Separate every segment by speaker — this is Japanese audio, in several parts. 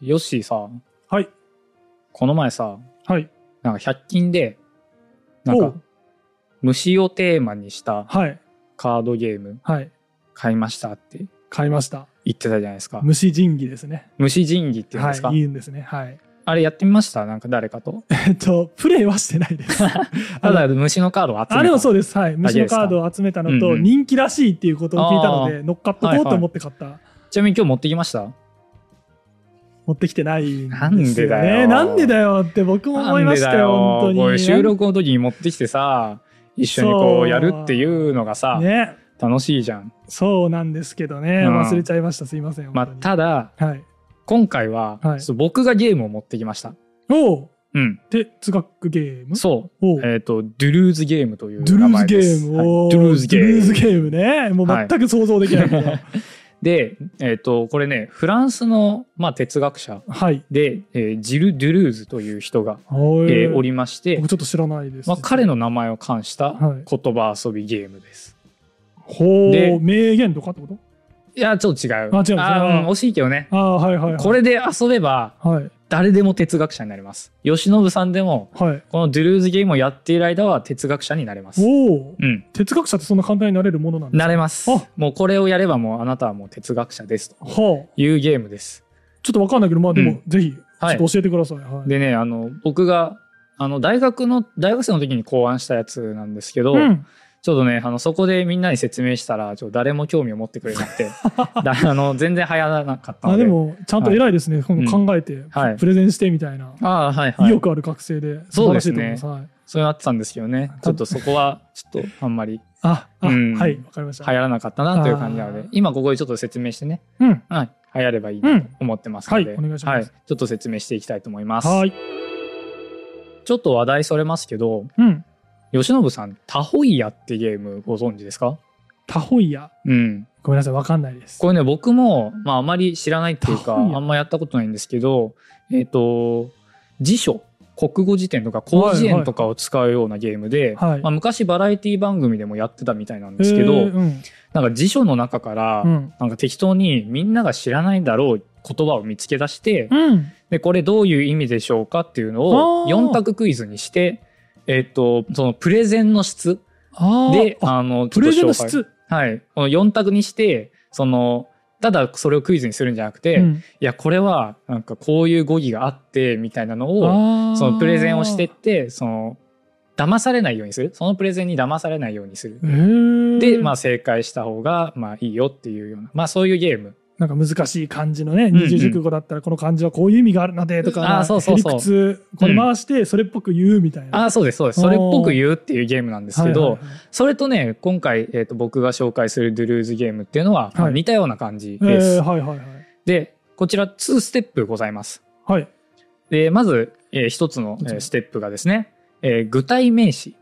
Speaker 1: ヨッシーさ、
Speaker 2: はい。
Speaker 1: この前さ、
Speaker 2: はい。
Speaker 1: なんか100均で、なん
Speaker 2: お
Speaker 1: か
Speaker 2: う、
Speaker 1: 虫をテーマにした
Speaker 2: はい。
Speaker 1: カードゲーム
Speaker 2: はい。
Speaker 1: 買いましたって
Speaker 2: 買いました。
Speaker 1: 言ってたじゃないですか。
Speaker 2: 虫仁義ですね。
Speaker 1: 虫仁義っていうんですか、
Speaker 2: はい。言うんですね。 はい。
Speaker 1: あれやってみましたなんか誰か と。
Speaker 2: えっと、プレイはしてないです。
Speaker 1: ただ虫のカードを集めた。
Speaker 2: あれもそう
Speaker 1: う
Speaker 2: です。はい。虫のカードを集めたの
Speaker 1: うん
Speaker 2: と、
Speaker 1: うん
Speaker 2: 人気らしいっていうことを聞いたので、乗っかっとこうと思って買った。
Speaker 1: ちなみに今日持ってきました
Speaker 2: 持ってきてないんですよ、ね。
Speaker 1: なんでだよ
Speaker 2: なんでだよって僕も思いましたよ、
Speaker 1: なん
Speaker 2: 本
Speaker 1: でだこ
Speaker 2: 当
Speaker 1: れ
Speaker 2: に。
Speaker 1: 収録の時に持ってきてさ、一緒にこ
Speaker 2: そうう
Speaker 1: やるっていうのがさ、
Speaker 2: ね。
Speaker 1: 楽しいじゃん。
Speaker 2: そうなんですけどね。
Speaker 1: うん
Speaker 2: 忘れちゃいました。すいません。
Speaker 1: まあ、
Speaker 2: 本当に
Speaker 1: ただ、
Speaker 2: はい。
Speaker 1: 今回は、
Speaker 2: はい
Speaker 1: ちょっと僕がゲームを持ってきました。
Speaker 2: おう
Speaker 1: うん。
Speaker 2: 哲学ゲーム
Speaker 1: そう。
Speaker 2: おう
Speaker 1: えっ、と、ドゥルーズゲームという
Speaker 2: ドゥ
Speaker 1: 名
Speaker 2: ルーズ
Speaker 1: 前
Speaker 2: ゲ
Speaker 1: です。
Speaker 2: ーム、
Speaker 1: はい
Speaker 2: お
Speaker 1: ドゥルーズゲーム。
Speaker 2: ドゥルーズゲームね。もう全く想像で きないけど。はい。
Speaker 1: で、えっ、と、これね、フランスの、まあ、哲学者で、えージル・ドゥルーズという人が、
Speaker 2: お
Speaker 1: え
Speaker 2: い
Speaker 1: ーおりまして、
Speaker 2: 僕ちょっと知らないです。
Speaker 1: まあ、彼の名前を冠した
Speaker 2: はい
Speaker 1: 言葉遊びゲームです。
Speaker 2: ほ
Speaker 1: で
Speaker 2: う、名言とかってこと
Speaker 1: い、や、ちょっと違う。
Speaker 2: あ違うんですね
Speaker 1: ーうん惜しいけどね。
Speaker 2: ああ、はいはいはい。
Speaker 1: これで遊べば、
Speaker 2: はい。
Speaker 1: 誰でも哲学者になれます。吉信さんでも、
Speaker 2: はい。
Speaker 1: このドゥルーズゲームをやっている間は哲学者になれます。
Speaker 2: おお、
Speaker 1: うん。
Speaker 2: 哲学者ってそんな簡単になれるものなんです
Speaker 1: な
Speaker 2: か
Speaker 1: れます
Speaker 2: あ。
Speaker 1: もうこれをやればもうあなたはもう哲学者ですと
Speaker 2: はあ、ちょ
Speaker 1: いうゲームです。
Speaker 2: っとわかんないけど、まあでも、
Speaker 1: うん
Speaker 2: ぜひ、ちょ
Speaker 1: は
Speaker 2: っ
Speaker 1: い
Speaker 2: と教えてください。はい。
Speaker 1: でね、あの、僕が、あの、大学の、大学生の時に考案したやつなんですけど、
Speaker 2: うん、
Speaker 1: ちょっとね、あの、そこでみんなに説明したら、ちょっと誰も興味を持ってくれなく て、だあの、全然流行らなかったの
Speaker 2: あ
Speaker 1: で。
Speaker 2: でも、ちゃんと偉いですね。今度考えて、
Speaker 1: はい
Speaker 2: プレゼンしてみたいな、
Speaker 1: ああ、はいは
Speaker 2: 意
Speaker 1: い。
Speaker 2: 欲ある学生で、素晴らしいと思います。
Speaker 1: そ
Speaker 2: はい、
Speaker 1: そうなってたんですけどね、ちょっとそこは、ちょっとあんまり
Speaker 2: あ、あ
Speaker 1: うん
Speaker 2: はい、わかりました。
Speaker 1: 流行らなかったなという感じなの
Speaker 2: あ
Speaker 1: で
Speaker 2: ー、
Speaker 1: 今ここでちょっと説明してね、
Speaker 2: うん。
Speaker 1: はい、流行ればいいなと思ってますので、
Speaker 2: うんはいお願いします
Speaker 1: ちょっと説明していきたいと思います。
Speaker 2: はい。
Speaker 1: ちょっと話題それますけど、
Speaker 2: うん。
Speaker 1: 吉信さん、タホイヤってゲームご存知ですか
Speaker 2: タホイヤ。
Speaker 1: うん。
Speaker 2: ごめんなさい、わかんないです。
Speaker 1: これね、僕も、まあ、あまり知らないっていうか、
Speaker 2: タホイヤ
Speaker 1: あんまやったことないんですけど、えっ、と、辞書、国語辞典とか広辞苑とかを使うようなゲームで、
Speaker 2: はいはい
Speaker 1: まあ、昔バラエティ番組でもやってたみたいなんですけど、
Speaker 2: えーうん。
Speaker 1: なんか辞書の中から、
Speaker 2: うん。
Speaker 1: なんか適当にみんなが知らないだろう言葉を見つけ出して、
Speaker 2: うん。
Speaker 1: でこれどういう意味でしょうかっていうの
Speaker 2: あ
Speaker 1: を
Speaker 2: ー
Speaker 1: 4択クイズにして、えっとそのプレゼンの質
Speaker 2: あー
Speaker 1: で
Speaker 2: あ
Speaker 1: あの
Speaker 2: プレゼンの
Speaker 1: ちょっ
Speaker 2: 質。
Speaker 1: と紹介はい、この4択にしてそのただそれをクイズにするんじゃなくて、
Speaker 2: う
Speaker 1: い
Speaker 2: ん
Speaker 1: やこれはなんかこういう語義があってみたいなのを
Speaker 2: あー
Speaker 1: そのプレゼンをしてってその騙されないようにするそのプレゼンに騙されないようにする
Speaker 2: え。ー
Speaker 1: で、まあ、正解した方がまあいいよっていうような、まあ、そういうゲーム
Speaker 2: なんか難しい漢字のね
Speaker 1: んうん
Speaker 2: 二重熟語だったらこの漢字はこういう意味があるのでとか
Speaker 1: あーそうそうそう
Speaker 2: へりくつこれ回してそれっぽく言うみたいな。
Speaker 1: あーそうですそうですそれっぽく言うっていうゲームなんですけど、
Speaker 2: はいはいはい
Speaker 1: それとね今回、えー、と僕が紹介するドゥルーズゲームっていうのは、まあ似たような感じです。
Speaker 2: えーはいはいはい
Speaker 1: でこちら2ステップございます。
Speaker 2: はい
Speaker 1: でまず、え1つの、えー
Speaker 2: こちら
Speaker 1: ステップがですね、えー具体名詞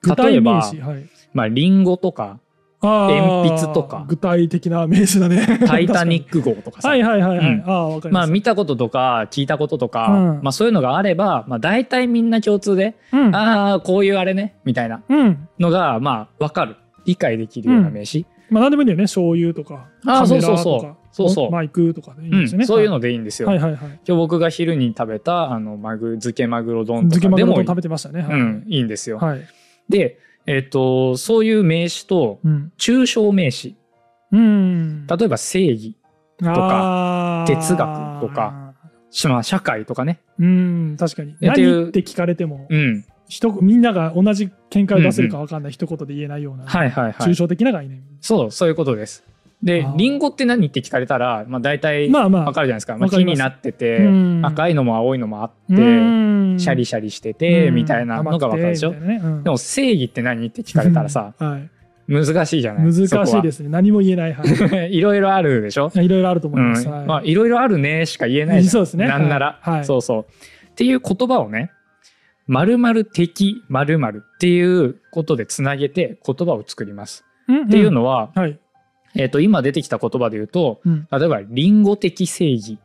Speaker 2: 具
Speaker 1: 例え
Speaker 2: 体
Speaker 1: ば
Speaker 2: 名詞はい。
Speaker 1: まあリンゴと か
Speaker 2: あー
Speaker 1: 鉛筆とか
Speaker 2: 具体的な名詞だね。
Speaker 1: 「タイタニック号」とか
Speaker 2: 確
Speaker 1: さ
Speaker 2: かにはいはいはいはい。
Speaker 1: うん
Speaker 2: ああわかり
Speaker 1: ま
Speaker 2: ま
Speaker 1: あ、
Speaker 2: す。
Speaker 1: 見たこととか聞いたこととか、
Speaker 2: うん
Speaker 1: まあ、そういうのがあれば、まあ、大体みんな共通で「
Speaker 2: うん
Speaker 1: ああこういうあれね」みたいな
Speaker 2: うん。
Speaker 1: のがまあ分かる理解できるような名詞、
Speaker 2: まあ何でもいいんだよね醤油とか
Speaker 1: あー
Speaker 2: カメラ
Speaker 1: そう
Speaker 2: と
Speaker 1: そう
Speaker 2: か
Speaker 1: そうそうそう
Speaker 2: マイクとかでいいんですよ
Speaker 1: う
Speaker 2: ね。
Speaker 1: んそういうのでいいんですよ。
Speaker 2: はいはいはいはい。
Speaker 1: 今日僕が昼に食べたあのマグ漬けマグロ丼と
Speaker 2: 漬け
Speaker 1: か
Speaker 2: マ
Speaker 1: で
Speaker 2: グロ
Speaker 1: も
Speaker 2: 丼
Speaker 1: いい,、
Speaker 2: 食べてましたね。は
Speaker 1: う
Speaker 2: い
Speaker 1: ん、いいんですよ。
Speaker 2: はい。
Speaker 1: で、えっとそういう名詞と
Speaker 2: うん。
Speaker 1: 抽象名詞
Speaker 2: うん。
Speaker 1: 例えば正義、
Speaker 2: とか
Speaker 1: 哲学とか。しまあ、社会とかね、
Speaker 2: うん、確かに。
Speaker 1: やってる
Speaker 2: 何って聞かれても、
Speaker 1: うん、
Speaker 2: 一言みんなが同じ見解を出せるか分かんない一言で言えないような、
Speaker 1: はいはいは
Speaker 2: 抽
Speaker 1: い
Speaker 2: 象的な概念。
Speaker 1: そうそういうことです。で
Speaker 2: あー
Speaker 1: リンゴって何って聞かれたら、まあ、大体わ
Speaker 2: まあまあ。
Speaker 1: かるじゃないですか,、まあ、
Speaker 2: わか
Speaker 1: 木
Speaker 2: りま
Speaker 1: に
Speaker 2: す
Speaker 1: なってて、
Speaker 2: うん
Speaker 1: 赤いのも青いのもあって、
Speaker 2: うん
Speaker 1: シャリシャリしてて、みたいなのが分かるでしょ
Speaker 2: 甘。くてみたいなねうん
Speaker 1: でも正義って何って聞かれたらさ
Speaker 2: はい、
Speaker 1: 難しいじゃない
Speaker 2: 難しいですすね。何も言えない。はい
Speaker 1: いろいろあるでしょ
Speaker 2: いろいろあると思います。
Speaker 1: うん
Speaker 2: はい
Speaker 1: まあいろいろあるねしか言えないじゃん
Speaker 2: そうですね
Speaker 1: なんなら、
Speaker 2: はいはい
Speaker 1: そうそうっていう言葉をね「まるまる的まるまるっていうことでつなげて言葉を作ります。
Speaker 2: ん
Speaker 1: っていうのは、
Speaker 2: はい。
Speaker 1: えー、と今出てきた言葉で言うと
Speaker 2: うん
Speaker 1: 例えば「リンゴ的正義」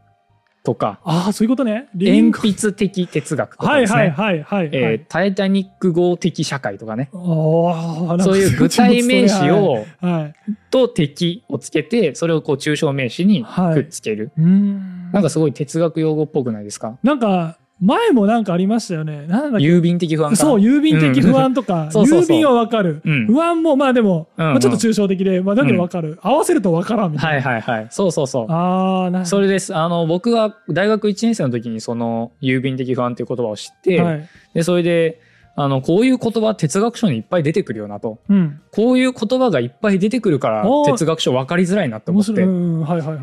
Speaker 1: とか
Speaker 2: ああ、そういうことね。
Speaker 1: 「
Speaker 2: リン
Speaker 1: 鉛
Speaker 2: ゴ
Speaker 1: 筆的哲学」とか
Speaker 2: は
Speaker 1: で
Speaker 2: い
Speaker 1: すね、
Speaker 2: はいはいはい。
Speaker 1: えータイタニック号的社会」とかね
Speaker 2: おーなんか
Speaker 1: そういう具体名詞を
Speaker 2: はい。はい
Speaker 1: と敵をつけて、それをこう抽象名詞に
Speaker 2: はい
Speaker 1: くっつける。
Speaker 2: うーん
Speaker 1: なんかすごい哲学用語っぽくないですか
Speaker 2: なんか前もなんかありましたよねなんだっけ
Speaker 1: 郵便的不安かな
Speaker 2: そう郵便的不安とか、
Speaker 1: ん そうそうそう
Speaker 2: 郵便はわかる、
Speaker 1: うん
Speaker 2: 不安もまあでも、
Speaker 1: うんうん
Speaker 2: まあ、ちょっと抽象的で、まあ、だけどわかる、合わせるとわからんみたいな、
Speaker 1: はいはいはい。そうそうそう。
Speaker 2: ああなるほ
Speaker 1: それです。あの、僕が大学1年生の時にその郵便的不安っていう言葉を知って、
Speaker 2: どはい
Speaker 1: で、それで、あの、こういう言葉哲学書にいっぱい出てくるよなと。
Speaker 2: うん、
Speaker 1: こういう言葉がいっぱい出てくるから
Speaker 2: おー
Speaker 1: 哲学書分かりづらいなと思
Speaker 2: 面
Speaker 1: っ
Speaker 2: 白い、
Speaker 1: て
Speaker 2: う。ん、はいはいはい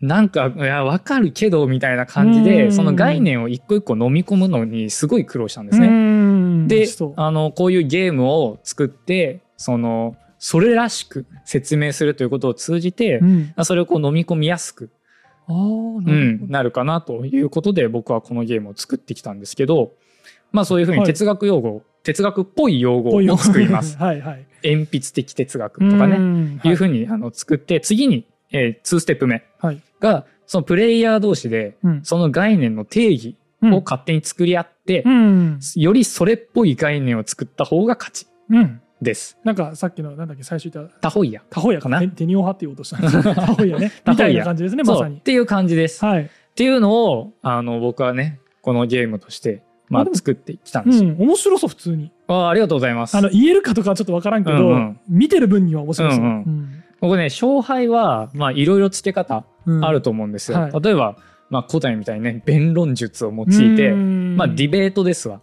Speaker 1: なんか、いや、分かるけどみたいな感じ
Speaker 2: うんうんう
Speaker 1: で、
Speaker 2: ん
Speaker 1: その概念を一個一個飲み込むのにすごい苦労したんです
Speaker 2: う
Speaker 1: ね。
Speaker 2: ん
Speaker 1: で
Speaker 2: そう、
Speaker 1: あの、こういうゲームを作って、その、それらしく説明するということを通じて
Speaker 2: う、ん、
Speaker 1: それをこう飲み込みやすく
Speaker 2: あー
Speaker 1: う
Speaker 2: なるほ
Speaker 1: ん、なるかなということで僕はこのゲームを作ってきたんですけど、まあ、そういうふうに
Speaker 2: はい
Speaker 1: 哲学用語、哲学っぽい用語
Speaker 2: どこういう
Speaker 1: を作ります。
Speaker 2: はいはい
Speaker 1: 鉛筆的哲学とかね、
Speaker 2: ね
Speaker 1: いうふうにあの作って次に、え2ステップ目
Speaker 2: はい
Speaker 1: がそのプレイヤー同士で
Speaker 2: うん
Speaker 1: その概念の定義
Speaker 2: うん
Speaker 1: を勝手に作り合って、
Speaker 2: うん
Speaker 1: よりそれっぽい概念を作った方が勝ち
Speaker 2: うん
Speaker 1: です。
Speaker 2: なんかさっきのなんだっけ最初言った
Speaker 1: タホイヤ。
Speaker 2: タホヤか
Speaker 1: かな
Speaker 2: なテニオ派って言おうとしたんですけ どタホヤね
Speaker 1: タホヤ
Speaker 2: みたいな感じですねま
Speaker 1: そ
Speaker 2: さ
Speaker 1: うっ
Speaker 2: に
Speaker 1: ていう感じです。っ
Speaker 2: はい、
Speaker 1: ていうのをあの僕はねこのゲームとして、ま
Speaker 2: あ
Speaker 1: あ
Speaker 2: で、も
Speaker 1: 作ってきたん
Speaker 2: う
Speaker 1: ですよ。
Speaker 2: ん、面白そう普通に
Speaker 1: あーありがとうございます。
Speaker 2: あの言えるかとかはちょっとわからんけど、
Speaker 1: うんうん
Speaker 2: 見てる分には面白そう、
Speaker 1: うんうん僕ね勝敗はまあいろいろつけ方
Speaker 2: うんうん
Speaker 1: あると思うんですよ、
Speaker 2: はい
Speaker 1: 例えば、まあ、古代みたいにね弁論術を用いて、
Speaker 2: うん
Speaker 1: まあ、ディベートですわ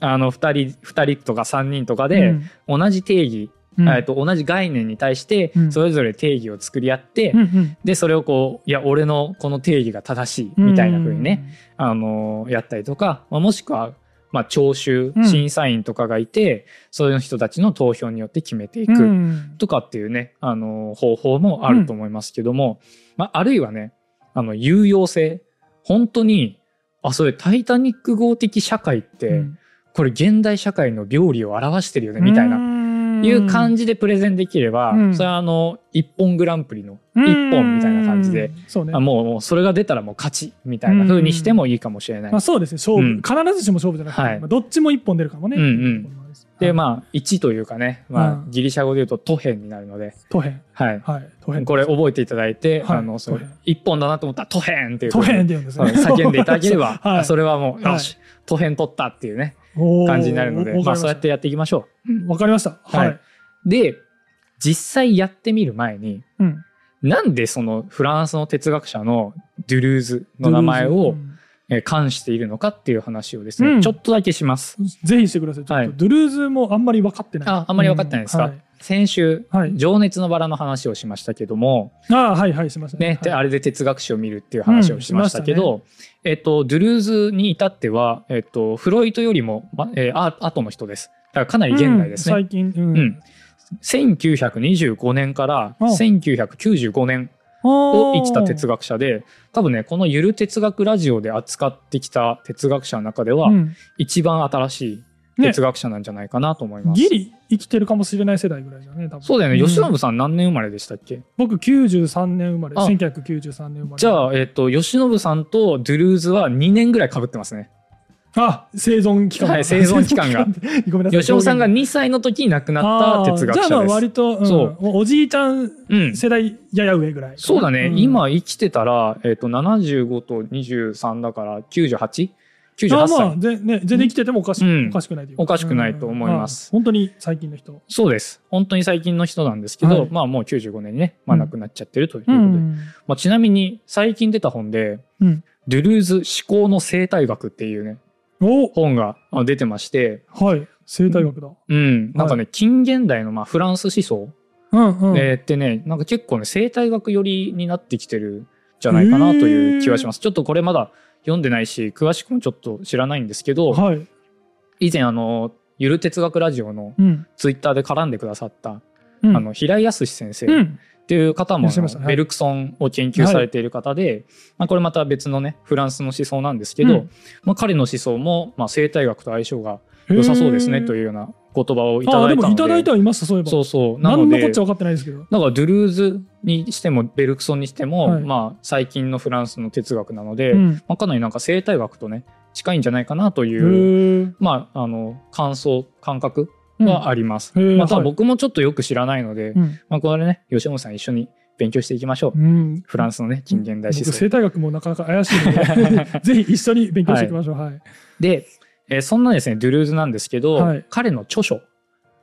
Speaker 1: あの2人二人とか3人とか
Speaker 2: う
Speaker 1: で
Speaker 2: ん
Speaker 1: 同じ定義、
Speaker 2: うん
Speaker 1: えっと同じ概念に対して
Speaker 2: うん
Speaker 1: それぞれ定義を作り合って、
Speaker 2: うんうん
Speaker 1: でそれをこういや俺のこの定義が正しいみたいな風にね、あのやったりとか、まあ、もしくは、まあ、聴衆
Speaker 2: うん
Speaker 1: 審査員とかがいて、そういう人たちの投票によって決めていく。
Speaker 2: うんうん
Speaker 1: とかっていうね、あの方法もあると思いますけども、まあ、あるいはねあの有用性本当にあそれ「タイタニック号的社会」って、
Speaker 2: うん
Speaker 1: これ現代社会の病理を表してるよねみたいな、いう感じでプレゼンできれば、
Speaker 2: うん
Speaker 1: それはあの一本グランプリの
Speaker 2: うん
Speaker 1: 一本みたいな感じで、
Speaker 2: そうね
Speaker 1: あもうもうそれが出たらもう勝ちみたいな風にしてもいいかもしれない。
Speaker 2: まあ、そうですね勝負、
Speaker 1: うん
Speaker 2: 必ずしも勝負じゃなくて、
Speaker 1: はい
Speaker 2: まあ、どっちも一本出るかもね、
Speaker 1: うんうん
Speaker 2: っていうところもあるし
Speaker 1: で
Speaker 2: はい
Speaker 1: まあ1というかね、ま
Speaker 2: う
Speaker 1: あ、
Speaker 2: ん
Speaker 1: ギリシャ語で言うと「トヘン」になるので、
Speaker 2: トヘン
Speaker 1: はい、
Speaker 2: はいトヘン
Speaker 1: これ覚えていただいて、
Speaker 2: はい
Speaker 1: あのそう
Speaker 2: トヘン
Speaker 1: 一本だなと思ったら「トヘン」っていう
Speaker 2: トヘン
Speaker 1: 風に
Speaker 2: って言うんです
Speaker 1: そう
Speaker 2: ね
Speaker 1: 叫んでいただければ、
Speaker 2: はい
Speaker 1: それはもう、
Speaker 2: はい
Speaker 1: よしトヘン取ったっていうね
Speaker 2: おー
Speaker 1: 感じになるので
Speaker 2: わかり
Speaker 1: まあ
Speaker 2: まし
Speaker 1: そうや
Speaker 2: た
Speaker 1: ってやっていきましょ
Speaker 2: わかりましたは
Speaker 1: は
Speaker 2: い、
Speaker 1: いうん。で実際やってみる前に
Speaker 2: うん
Speaker 1: なんでそのフランスの哲学者のドゥルーズの名前
Speaker 2: う
Speaker 1: を
Speaker 2: ん
Speaker 1: えー冠しているのかっていう話をですね、
Speaker 2: うん
Speaker 1: ちょっとだけします。
Speaker 2: ぜひしてください。ちょっと、
Speaker 1: はい
Speaker 2: ドゥルーズもあんまり分かってない。
Speaker 1: ああんまり分かってないですか、
Speaker 2: うんはい
Speaker 1: 先週、
Speaker 2: はい
Speaker 1: 情熱のバラ」の話をしましたけども、
Speaker 2: ああ、はいはい、しました
Speaker 1: ねで
Speaker 2: はい
Speaker 1: あれで哲学史を見るっていう話をしましたけど、
Speaker 2: う
Speaker 1: えっと、ドゥルーズに至っては、えっと、フロイトよりも、まえー、あ後の人です。だからかなり現代です
Speaker 2: うん
Speaker 1: ね。
Speaker 2: 最近、う
Speaker 1: うん1925年から
Speaker 2: うん
Speaker 1: 1995年を生きた哲
Speaker 2: 学
Speaker 1: 学者で多分ねこの「ゆる哲学ラジオ」で扱ってきた哲学者の中では一番新しい哲学者なんじゃないかなと思います。
Speaker 2: ギリ生きてるかもしれない世代ぐらいだね、多分。
Speaker 1: そうだよね、
Speaker 2: ん
Speaker 1: 吉信さん何年生まれでしたっけ
Speaker 2: 僕93年生まれ、
Speaker 1: あ
Speaker 2: 1993年生まれ。
Speaker 1: じゃあ、えっと、吉信さんとドゥルーズは2年ぐらいかぶってますね。
Speaker 2: あ、生存期間が
Speaker 1: はい生存期 間が。
Speaker 2: ごめんなさ い。
Speaker 1: 吉尾さんが2歳の時に亡くなっ
Speaker 2: あー
Speaker 1: た哲学者です。
Speaker 2: じゃあ、まあ割と、うん
Speaker 1: そう
Speaker 2: おおじいちゃん
Speaker 1: うん、
Speaker 2: 世代やや上ぐらいかな。
Speaker 1: そうだね、
Speaker 2: ん、
Speaker 1: 今生きてたら、えっと75と23だから 98?98
Speaker 2: あ
Speaker 1: 歳、
Speaker 2: まあ、ぜね、全然生きててもおかし,、
Speaker 1: うん
Speaker 2: おかしくないという
Speaker 1: おかしくないと思います
Speaker 2: うんあ本当に最近の人。
Speaker 1: そうです本当に最近の人なんですけど、
Speaker 2: はい
Speaker 1: まあもう95年にね、まあ、
Speaker 2: うん
Speaker 1: 亡くなっちゃってるということで、まあ、ちなみに最近出た本で
Speaker 2: うん
Speaker 1: 「ドゥルーズ思考の生態学」っていうね
Speaker 2: お
Speaker 1: 本があ出てまして、
Speaker 2: はい生態学だ。
Speaker 1: うん、なんかね、近現代のまあフランス思想、
Speaker 2: うんうん
Speaker 1: えーってねなんか結構ね生態学寄りになってきてるんじゃないかなという気はします、ちょっとこれまだ読んでないし詳しくもちょっと知らないんですけど、
Speaker 2: はい。
Speaker 1: 以前あのゆる哲学ラジオの
Speaker 2: うん。
Speaker 1: ツイッターで絡んでくださった、
Speaker 2: うん
Speaker 1: あの平井康先生
Speaker 2: う
Speaker 1: っ
Speaker 2: ん。
Speaker 1: ていう方
Speaker 2: い
Speaker 1: も
Speaker 2: らっしゃいま
Speaker 1: あ
Speaker 2: した
Speaker 1: の
Speaker 2: はい
Speaker 1: ベルクソンを研究されている方で、まあ、これまた別のねフランスの思想なんですけど、
Speaker 2: うん。
Speaker 1: まあ、彼の思想も、まあ、生態学と相性が良さそうですねといううような言葉をいた
Speaker 2: あ、
Speaker 1: だ
Speaker 2: で
Speaker 1: いた
Speaker 2: も
Speaker 1: の
Speaker 2: い
Speaker 1: で
Speaker 2: ただいてはいました、そういえば。
Speaker 1: そうそうなの
Speaker 2: 何
Speaker 1: で
Speaker 2: のこっちゃ分かってないですけど。
Speaker 1: だからドゥルーズにしてもベルクソンにしても、
Speaker 2: はい
Speaker 1: まあ、最近のフランスの哲学なので、
Speaker 2: うん。
Speaker 1: まあ、かなりなんか生態学とね近いんじゃないかなと
Speaker 2: へ
Speaker 1: いう、
Speaker 2: ー
Speaker 1: まあ、あの感想感覚はあります。
Speaker 2: うんへー
Speaker 1: また
Speaker 2: はい
Speaker 1: 僕もちょっとよく知らないので、
Speaker 2: うん
Speaker 1: まあ、これね、吉本さん一緒に勉強していきましょう。
Speaker 2: うん
Speaker 1: フランスのね、近現代思
Speaker 2: 僕
Speaker 1: 想
Speaker 2: 生。態学もなかなか怪しいの でぜひ一緒に勉強していきましょうはい、
Speaker 1: で、えーそんなですね、ドゥルーズなんですけど、
Speaker 2: はい
Speaker 1: 彼の著書、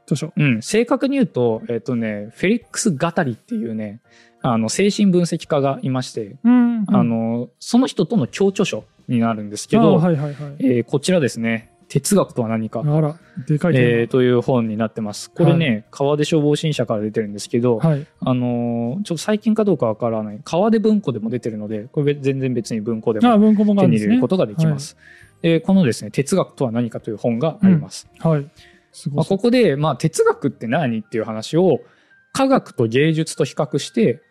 Speaker 2: 著書
Speaker 1: うん、正確に言うと、えっ、とね、フェリックス・ガタリっていうね、あの、精神分析家がいまして、
Speaker 2: うん
Speaker 1: あの、その人との共著書になるんですけ
Speaker 2: あ
Speaker 1: ど、
Speaker 2: はいはいはい
Speaker 1: えーこちらですね、哲学とは何か、
Speaker 2: あらでかいテーマ
Speaker 1: えーという本になってます。これね、川出消防新社から出てるんですけど、
Speaker 2: はい
Speaker 1: あのーちょっと最近かどうかわからない、川出文庫でも出てるので、これ全然別に文庫で
Speaker 2: あ
Speaker 1: も
Speaker 2: 文庫本があ
Speaker 1: 手
Speaker 2: るん
Speaker 1: に入
Speaker 2: です
Speaker 1: れ
Speaker 2: ね
Speaker 1: ることができます。でこのですね、哲学とは何かという本があります。
Speaker 2: はいすご
Speaker 1: まあ、
Speaker 2: い
Speaker 1: ここで、まあ、哲学って何っていう話を科学と芸術と比較して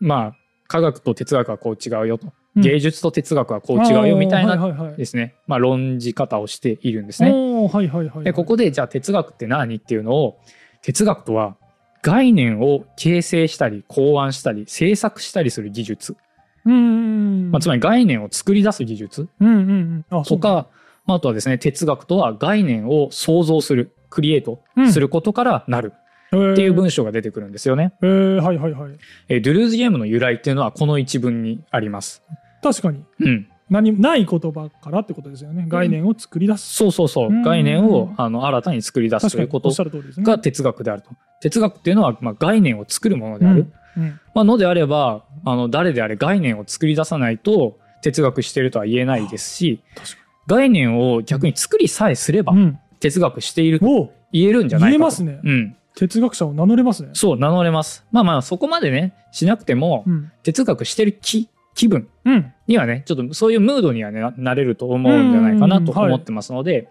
Speaker 1: まあ科学と哲学はこう違うよと、
Speaker 2: うん
Speaker 1: 芸術と哲学はこう違うよみたい
Speaker 2: あ
Speaker 1: な
Speaker 2: ーはいはいはい
Speaker 1: ですね、まあ、論じ方をしているんですね。
Speaker 2: おーはいはいはいはい
Speaker 1: でここでじゃあ哲学って何っていうのを哲学とは概念を形成したり考案したり制作したりする技術、
Speaker 2: うんうんうん
Speaker 1: まあ、つまり概念を作り出す技術
Speaker 2: うんうんうんあそ
Speaker 1: と
Speaker 2: うか
Speaker 1: か、まあ、あとはですね哲学とは概念を創造するクリエイトすることからなる、っ
Speaker 2: って
Speaker 1: いう文章が出てくるんですよね。
Speaker 2: えーはいはいはい
Speaker 1: えードゥルーズゲームの由来っていうのはこの一文にあります。
Speaker 2: 確かに
Speaker 1: うん、
Speaker 2: 何もない言葉からってことですよね概念を作り出す
Speaker 1: そうそうそうう。
Speaker 2: ん
Speaker 1: 概念をあの新たに作り出す
Speaker 2: 確
Speaker 1: と
Speaker 2: か
Speaker 1: い
Speaker 2: に
Speaker 1: うこ
Speaker 2: お
Speaker 1: と
Speaker 2: っしゃる通りですね
Speaker 1: が哲学であると。哲学っていうのはまあ概念を作るもの
Speaker 2: う
Speaker 1: である。
Speaker 2: んうん
Speaker 1: まあのであればあの誰であれ概念を作り出さないと哲学してるとは言えないですし
Speaker 2: 確か、
Speaker 1: 概念を逆に作りさえすれば
Speaker 2: うん
Speaker 1: 哲学していると
Speaker 2: お
Speaker 1: 言えるんじゃないかと。
Speaker 2: 言えますね
Speaker 1: うん。
Speaker 2: 哲学者を名乗れますね
Speaker 1: そう名乗れます。まあまあそこまでねしなくても
Speaker 2: うん
Speaker 1: 哲学してる気気分
Speaker 2: うん
Speaker 1: にはねちょっとそういうムードにはねななれると思うんじゃないかなと
Speaker 2: うんうんはい
Speaker 1: 思ってますので、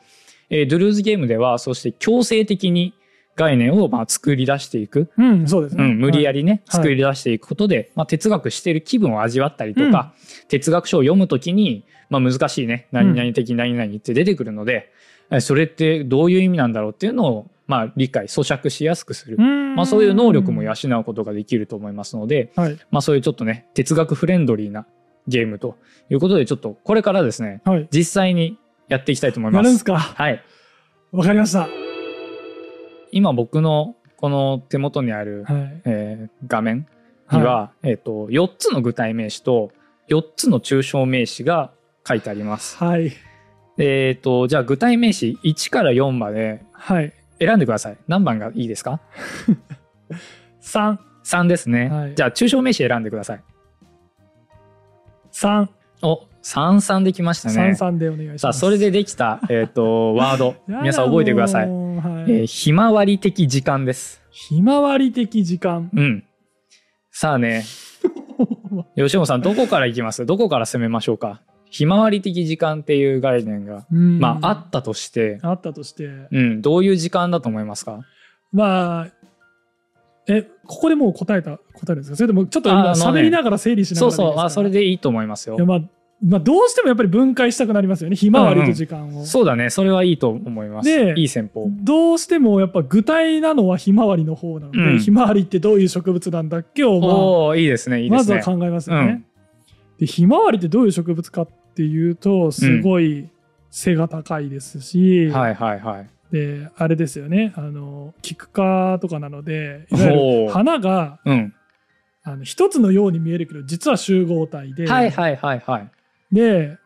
Speaker 1: えードゥルーズゲームではそうして強制的に概念をまあ作り出していく、
Speaker 2: うんそうです
Speaker 1: う
Speaker 2: ね
Speaker 1: ん、無理や
Speaker 2: り
Speaker 1: りね、
Speaker 2: はい
Speaker 1: 作り出していくことで、まあ、哲学してる気分を味わったりとか、哲学書を読むときに、まあ、難しいね何々的何々って出てくるので、えーそれってどういう意味なんだろうっていうのを、まあ、理解咀嚼しやすくする、まあ、そういう能力も養うことができると思いますので、
Speaker 2: はい
Speaker 1: まあそういうちょっとね、哲学フレンドリーなゲームということで、ちょっとこれからですね、
Speaker 2: はい
Speaker 1: 実際にやっていきたいと思い
Speaker 2: や
Speaker 1: ま
Speaker 2: るん
Speaker 1: す。
Speaker 2: すか
Speaker 1: はい。
Speaker 2: わかりました
Speaker 1: 今僕のこの手元にある、
Speaker 2: はい
Speaker 1: えー画面には、えっ、と、4つの具体名詞と4つの抽象名詞が書いてあります。
Speaker 2: はい
Speaker 1: えっ、と、じゃあ具体名詞1から4まで
Speaker 2: はい
Speaker 1: 選んでください。何番がいいですか
Speaker 2: 三
Speaker 1: ?3 ですね。
Speaker 2: はい
Speaker 1: じゃあ抽象名詞選んでください。
Speaker 2: 三
Speaker 1: お、33できましたね。
Speaker 2: 三三でお願いします
Speaker 1: さあそれでできた、えー、と ワード
Speaker 2: やだ
Speaker 1: 皆さん覚えてください、
Speaker 2: もうは
Speaker 1: え
Speaker 2: い
Speaker 1: ーひまわり的時間です
Speaker 2: ひまわり的時間
Speaker 1: うんさあ ね吉本さんどこからいきますどこから攻めましょうかひまわり的時間っていう概念が、
Speaker 2: うん
Speaker 1: まああったとして、
Speaker 2: あったとして
Speaker 1: うん、どういう時間だと思いますか
Speaker 2: まあえここでもう答えた答えですかそれともちょっと
Speaker 1: あ
Speaker 2: 今
Speaker 1: あのね
Speaker 2: 喋りながら整理しなが
Speaker 1: そ
Speaker 2: ら
Speaker 1: うそうあそれ
Speaker 2: でいい
Speaker 1: でいいと思います
Speaker 2: すか
Speaker 1: よ
Speaker 2: いやまあまあどうしてもやっぱり分解したくなりますよねひまわりと時間を、
Speaker 1: そうだねそれはいいと思います
Speaker 2: で
Speaker 1: いい戦法
Speaker 2: どうしてもやっぱ具体なのはひまわりの方なので、
Speaker 1: うん
Speaker 2: ひまわりってどういう植物なんだっけを、まあ
Speaker 1: おおいいですねいいで
Speaker 2: ますず
Speaker 1: ね
Speaker 2: は考えますよね、でひまわりってどういう植物かっていうとすごい背が高いですし、
Speaker 1: はいはいはい
Speaker 2: であれですよねあのキク科とかなのでいわ
Speaker 1: お
Speaker 2: ゆる
Speaker 1: ー
Speaker 2: 花が
Speaker 1: うん
Speaker 2: あの一つのように見えるけど実は集合体で、
Speaker 1: はいはいはいはい
Speaker 2: で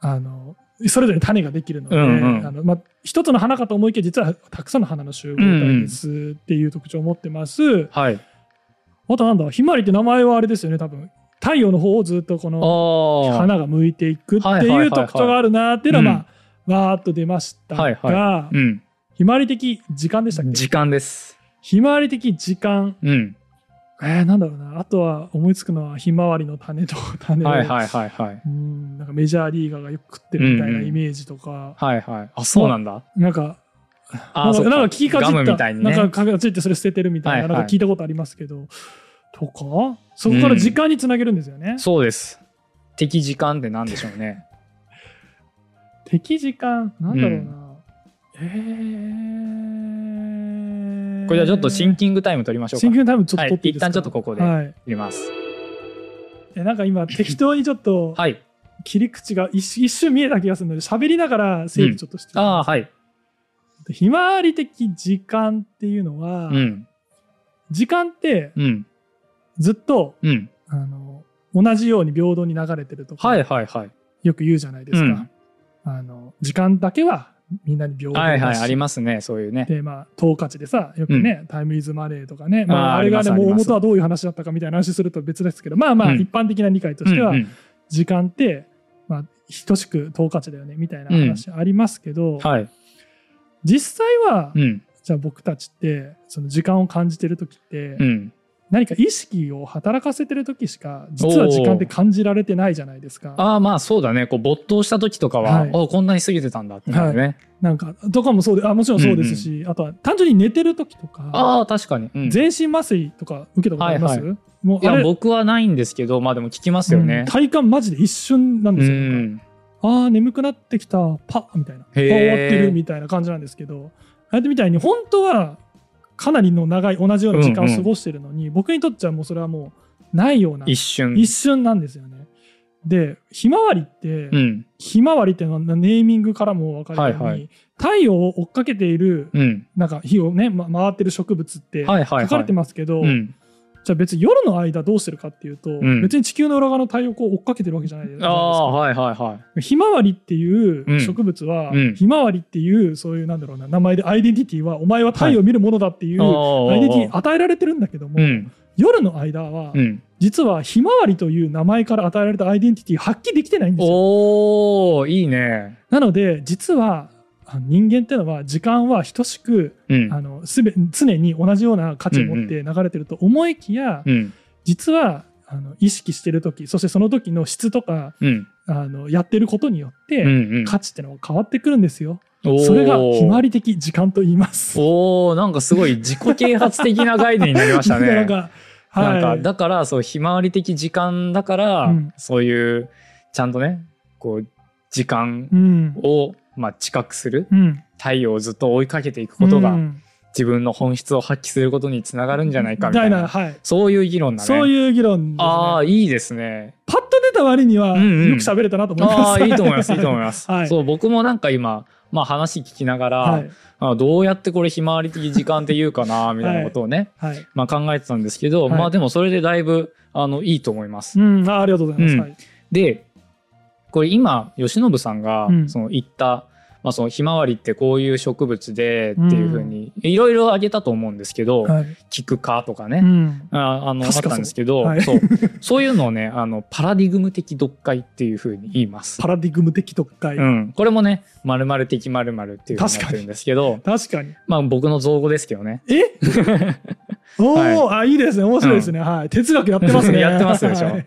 Speaker 2: あのそれぞれ種ができるので、
Speaker 1: うんうん
Speaker 2: あのまあ、一つの花かと思いきや実はたくさんの花の集合体ですっていう特徴を持ってます、
Speaker 1: はい
Speaker 2: あとなんだひまわりって名前はあれですよね多分太陽の方をずっとこの
Speaker 1: おー
Speaker 2: 花が向いていくって
Speaker 1: はいはいはい
Speaker 2: い
Speaker 1: はいう
Speaker 2: 特徴があるなっていうのはまあ、わーっと出ましたが、
Speaker 1: はいはうん
Speaker 2: ひまわり的時間でしたっけ
Speaker 1: 時間です
Speaker 2: ひまわり的時間
Speaker 1: うん
Speaker 2: えー、なんだろうなあとは思いつくのはひまわりの種と 種を、
Speaker 1: はいはいはいはい。
Speaker 2: うんなんかメジャーリーガーがよく食ってるみたい
Speaker 1: うん
Speaker 2: な
Speaker 1: うん
Speaker 2: イメージとか、
Speaker 1: はいはい。あ、そうなんだ。
Speaker 2: なんか
Speaker 1: あ、
Speaker 2: なん
Speaker 1: そ
Speaker 2: か
Speaker 1: う
Speaker 2: なんか聞きかじ
Speaker 1: ガ
Speaker 2: っ
Speaker 1: ム
Speaker 2: た
Speaker 1: みたいにね。
Speaker 2: なんかかじってそれ捨ててるみたいな,、
Speaker 1: はいはい
Speaker 2: なんか聞いたことありますけどとかそこから時間につなげるんですよね、
Speaker 1: そうです。敵時間って何でしょうね。
Speaker 2: 敵時間なんだろうな、えー、
Speaker 1: これじゃあちょっとシンキングタイム取りましょうか。
Speaker 2: シンキングタイムちょっと取ってい
Speaker 1: はい一
Speaker 2: いですか、
Speaker 1: 旦ちょっとここで
Speaker 2: はい、
Speaker 1: 取ります。
Speaker 2: えなんか 今適当にちょっと
Speaker 1: はい。
Speaker 2: 切り口が一瞬一瞬見えた気がするので喋りながら整理ちょっとして、
Speaker 1: ああ、はい。
Speaker 2: でひまわり的時間っていうのは、
Speaker 1: うん
Speaker 2: 時間って
Speaker 1: うん
Speaker 2: ずっと
Speaker 1: うん
Speaker 2: あの同じように平等に流れてるとか、
Speaker 1: はいはいはい
Speaker 2: よく言うじゃないですか、
Speaker 1: うん
Speaker 2: あの時間だけはみんなに平等
Speaker 1: はいは
Speaker 2: だ
Speaker 1: い
Speaker 2: し
Speaker 1: ありますねそういうね
Speaker 2: でまあ等価値でさよくね、タイムイズマネーとかね、まあ、
Speaker 1: あー
Speaker 2: あれがね
Speaker 1: ありますあ
Speaker 2: もう
Speaker 1: ります
Speaker 2: 元はどういう話だったかみたいな話すると別ですけどまあまあ
Speaker 1: うん
Speaker 2: 一般的な理解としては
Speaker 1: うんうん
Speaker 2: 時間って、まあ、等しく等価値だよねみたいな話ありますけど、
Speaker 1: はい
Speaker 2: 実際は、
Speaker 1: うん
Speaker 2: じゃあ僕たちってその時間を感じてる時って、
Speaker 1: うん
Speaker 2: 何か意識を働かせてる時しか実は時間って感じられてないじゃないですか。
Speaker 1: ああまあそうだねこう没頭した時とかは、
Speaker 2: はい
Speaker 1: あこんなに過ぎてたんだってなるね、
Speaker 2: なんかとかもそうであもちろんそうですし、あとは単純に寝てる時とか
Speaker 1: ああ確かに、うん、い
Speaker 2: 全身麻酔とか受けたことあります、
Speaker 1: はい
Speaker 2: もうあ
Speaker 1: や
Speaker 2: れ
Speaker 1: 僕はないんですけどまあでも聞きますよ
Speaker 2: うん
Speaker 1: ね、
Speaker 2: 体感マジで一瞬なん
Speaker 1: う
Speaker 2: ですよ。なんか
Speaker 1: ん、
Speaker 2: ああ眠くなってきたパッみたいなパ
Speaker 1: へ
Speaker 2: 終
Speaker 1: ー
Speaker 2: わってるみたいな感じなんですけどあれみたいに本当はかなりの長い同じような時間を過ごしてるのに、僕にとってはもうそれはもうないような
Speaker 1: 一瞬
Speaker 2: 一瞬なんですよね。でひまわりって、
Speaker 1: うん
Speaker 2: ひまわりっていうのはネーミングからも分かるように、
Speaker 1: はいはい
Speaker 2: 太陽を追っかけている
Speaker 1: うん
Speaker 2: なんか火をね、ま回ってる植物って
Speaker 1: はいはい
Speaker 2: 書か
Speaker 1: は
Speaker 2: れ
Speaker 1: い
Speaker 2: てますけど、
Speaker 1: うん、
Speaker 2: じゃあ別に夜の間どうしてるかっていうと、
Speaker 1: ん
Speaker 2: 別に地球の裏側の太陽光を追っかけてるわけじゃないです
Speaker 1: あ
Speaker 2: か
Speaker 1: あ。はいはいは
Speaker 2: ひまわりっていう
Speaker 1: うん
Speaker 2: 植物は、
Speaker 1: うん
Speaker 2: ひまわりっていうそういうなんだろうな名前でアイデンティティはお前は太陽を見るものだってい、
Speaker 1: いうああ
Speaker 2: アイデンティティ与えられてるんだけども、
Speaker 1: うん
Speaker 2: 夜の間は、
Speaker 1: うん
Speaker 2: 実はひまわりという名前から与えられたアイデンティティ発揮できてないんですよ。
Speaker 1: おおいいね
Speaker 2: なので実はあの人間ってのは時間は等しく
Speaker 1: うん
Speaker 2: あのすべ常に同じような価値を持って流れてると思いきや、
Speaker 1: うん
Speaker 2: 実はあの意識してる時そしてその時の質とか
Speaker 1: うん
Speaker 2: あのやってることによっ
Speaker 1: うん
Speaker 2: て
Speaker 1: うん
Speaker 2: 価値ってのは変わってくるんですよ。
Speaker 1: おー
Speaker 2: それがひまわり的時間と言います。
Speaker 1: おーなんかすごい自己啓発的な概念になりましたね
Speaker 2: なんか
Speaker 1: なんか、
Speaker 2: はい
Speaker 1: だからそうひまわり的時間だから、
Speaker 2: うん
Speaker 1: そういうちゃんとねこう時間
Speaker 2: うん
Speaker 1: を、まあ、近くする
Speaker 2: うん、
Speaker 1: 太陽をずっと追いかけていくことが、
Speaker 2: うん
Speaker 1: 自分の本質を発揮することにつながるんじゃないかみたいな
Speaker 2: みたいなはい、
Speaker 1: そういう議論だね。
Speaker 2: そういう議論ですね。
Speaker 1: ああいいですね。
Speaker 2: パッと出た割には、
Speaker 1: うんうん
Speaker 2: よく喋れたなと思います。
Speaker 1: ああいいと思 いますいいと思います。
Speaker 2: はい
Speaker 1: そう僕もなんか今まあ話聞きながら、
Speaker 2: はい
Speaker 1: あどうやってこれひまわり的時間っていうかなみたいなことをね、
Speaker 2: はい。
Speaker 1: まあ考えてたんですけど、
Speaker 2: はい
Speaker 1: まあでもそれでだいぶあのいいと思います。
Speaker 2: うん、あありがとうございます。
Speaker 1: うん
Speaker 2: はい
Speaker 1: でこれ今慶喜さんが
Speaker 2: うん
Speaker 1: その言った、まあ、そのひまわりってこういう植物でっていうふうにいろいろ挙げたと思うんですけど、
Speaker 2: はい
Speaker 1: 聞くかとか
Speaker 2: う
Speaker 1: ね、
Speaker 2: ん
Speaker 1: ああのあっ
Speaker 2: 確かそう
Speaker 1: たんですけど、
Speaker 2: はい
Speaker 1: そうそういうのをねあのパラディグム的読解っていうふうに言います。
Speaker 2: パラディグム的読解、
Speaker 1: うん、これもね「まる的まるっていうふうになってるんですけど
Speaker 2: 確かに。
Speaker 1: まあ僕の造語ですけどね
Speaker 2: えおお、あ、いいですね。面白いですね。はい。哲学やってます ね。
Speaker 1: やってますでしょ
Speaker 2: はい